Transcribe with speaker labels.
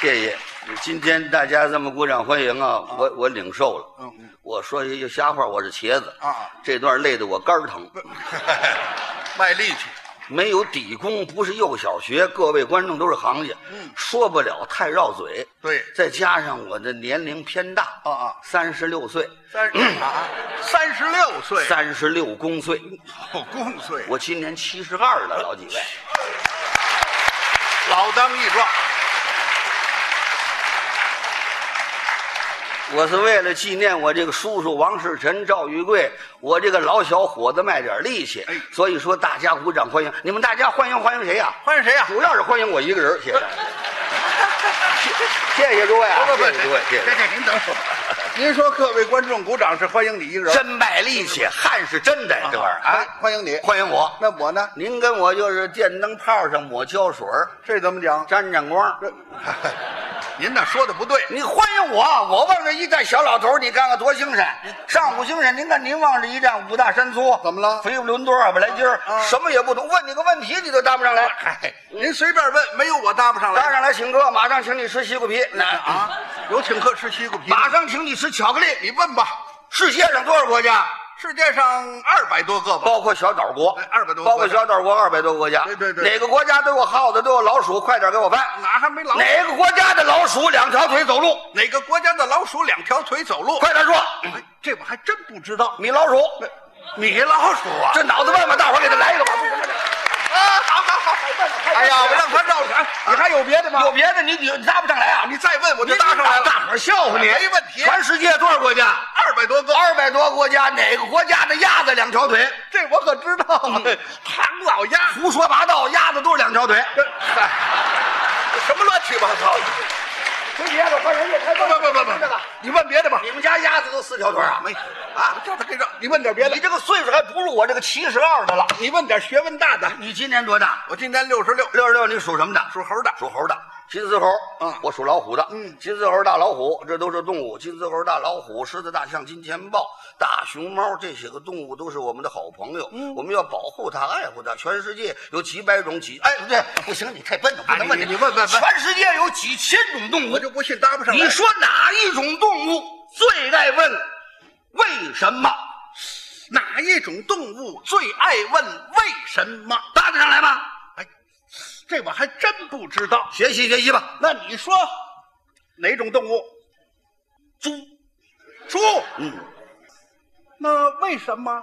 Speaker 1: 谢谢。今天大家这么鼓掌欢迎啊，我我领受了。
Speaker 2: 嗯嗯
Speaker 1: 我说一句瞎话，我是茄子
Speaker 2: 啊嗯啊，
Speaker 1: 这段累得我肝儿疼，
Speaker 2: 卖力气，
Speaker 1: 没有底功，不是幼小学，各位观众都是行家，
Speaker 2: 嗯
Speaker 1: 说不了太绕嘴。
Speaker 2: 对
Speaker 1: 再加上我的年龄偏大
Speaker 2: 啊啊
Speaker 1: 三十六岁，
Speaker 2: 三十啊，三十六岁，
Speaker 1: 三十六公岁，
Speaker 2: 哦公岁，
Speaker 1: 我今年七十二了，老几位，
Speaker 2: 老当益壮，
Speaker 1: 我是为了纪念我这个叔叔王世臣、赵玉贵，我这个老小伙子卖点力气，
Speaker 2: 哎
Speaker 1: 所以说大家鼓掌欢迎，你们大家欢迎欢迎谁呀、
Speaker 2: 欢迎谁呀？
Speaker 1: 主要是欢迎我一个人，谢谢， 谢谢诸位啊，谢谢诸位，谢谢。
Speaker 2: 这这您等会儿，您说各位观众鼓掌是欢迎你一个人，
Speaker 1: 真卖力气，汗是真的呀，这玩意儿
Speaker 2: 欢
Speaker 1: 啊！
Speaker 2: 欢迎你，
Speaker 1: 欢迎我，
Speaker 2: 那我呢？
Speaker 1: 您跟我就是电灯泡上抹胶水儿
Speaker 2: 这怎么讲？
Speaker 1: 沾沾光。
Speaker 2: 这，您那说的不对，
Speaker 1: 你欢迎我，我往这一站，小老头儿，你看看多精神，上午精神。您看您往这一站，五大三粗，
Speaker 2: 怎么了
Speaker 1: 肥不伦多，二不来筋儿
Speaker 2: 啊
Speaker 1: 什么也不懂。问你个问题，你都答不上来。
Speaker 2: 嗨，哎您随便问，没有我搭不上来。
Speaker 1: 搭上来，请客，马上请你吃西瓜皮，那，
Speaker 2: 嗯啊，有请客吃西瓜皮，
Speaker 1: 马上请你吃巧克力。
Speaker 2: 你问吧。
Speaker 1: 世界上多少国家？
Speaker 2: 世界上二百多个吧，
Speaker 1: 包括小岛国
Speaker 2: 哎，200多
Speaker 1: 包括小岛国二百多个国家。
Speaker 2: 对对对
Speaker 1: 哪个国家都有耗子，都有老鼠，快点给我翻。
Speaker 2: 哪还没老
Speaker 1: 哦哪个国家的老鼠两条腿走路？
Speaker 2: 哪个国家的老鼠两条腿走路？
Speaker 1: 快点说，
Speaker 2: 哎，这我还真不知道。
Speaker 1: 米老鼠，
Speaker 2: 米老鼠啊！
Speaker 1: 这脑子问问，大伙儿给他来一个吧。
Speaker 2: 啊，好好好，哎呀，我让他绕场。你还有别的吗？
Speaker 1: 啊有别的你你搭不上来啊？
Speaker 2: 你再问我就搭上来了。
Speaker 1: 大伙儿笑话你，
Speaker 2: 没问题。
Speaker 1: 全世界多少国家？
Speaker 2: 二百多个，
Speaker 1: 二百多国家，哪个国家的鸭子两条腿？
Speaker 2: 这我可知道。嗯
Speaker 1: 嗯
Speaker 2: 唐老鸭，
Speaker 1: 胡说八道，鸭子都是两条腿。
Speaker 2: 什么乱七八 糟的？
Speaker 1: 请别的，换人家开
Speaker 2: 不不不不
Speaker 1: 这个
Speaker 2: 不，你问别的吧。
Speaker 1: 你们家鸭子都四条腿啊？
Speaker 2: 没
Speaker 1: 啊
Speaker 2: 啊，，叫他给让你问点别的
Speaker 1: 你。这个岁数还不如我这个七十二的了。
Speaker 2: 你问嗯点学问大的。
Speaker 1: 你今年多大？
Speaker 2: 我今年六十六，
Speaker 1: 六十六，你属什么的？
Speaker 2: 属猴的。
Speaker 1: 属猴的，金丝猴。
Speaker 2: 嗯
Speaker 1: 我属老虎的。
Speaker 2: 嗯
Speaker 1: 金丝猴、大老虎，这都是动物。金丝猴、大老虎、狮子、大象、金钱豹、大熊猫，这些个动物都是我们的好朋友。
Speaker 2: 嗯
Speaker 1: 我们要保护它、爱护它。全世界有几百种几……哎，不对，不行，你太笨了，不能问
Speaker 2: 哎你你问问问
Speaker 1: 全世界有几千种动物
Speaker 2: 我，就不信搭不上来。
Speaker 1: 你说哪一种动物最爱问为什么？
Speaker 2: 哪一种动物最爱问为什么？
Speaker 1: 答得上来吗？
Speaker 2: 哎，这我还真不知道。
Speaker 1: 学习学习吧。
Speaker 2: 那你说哪种动物？
Speaker 1: 猪，
Speaker 2: 猪。
Speaker 1: 嗯，
Speaker 2: 那为什么？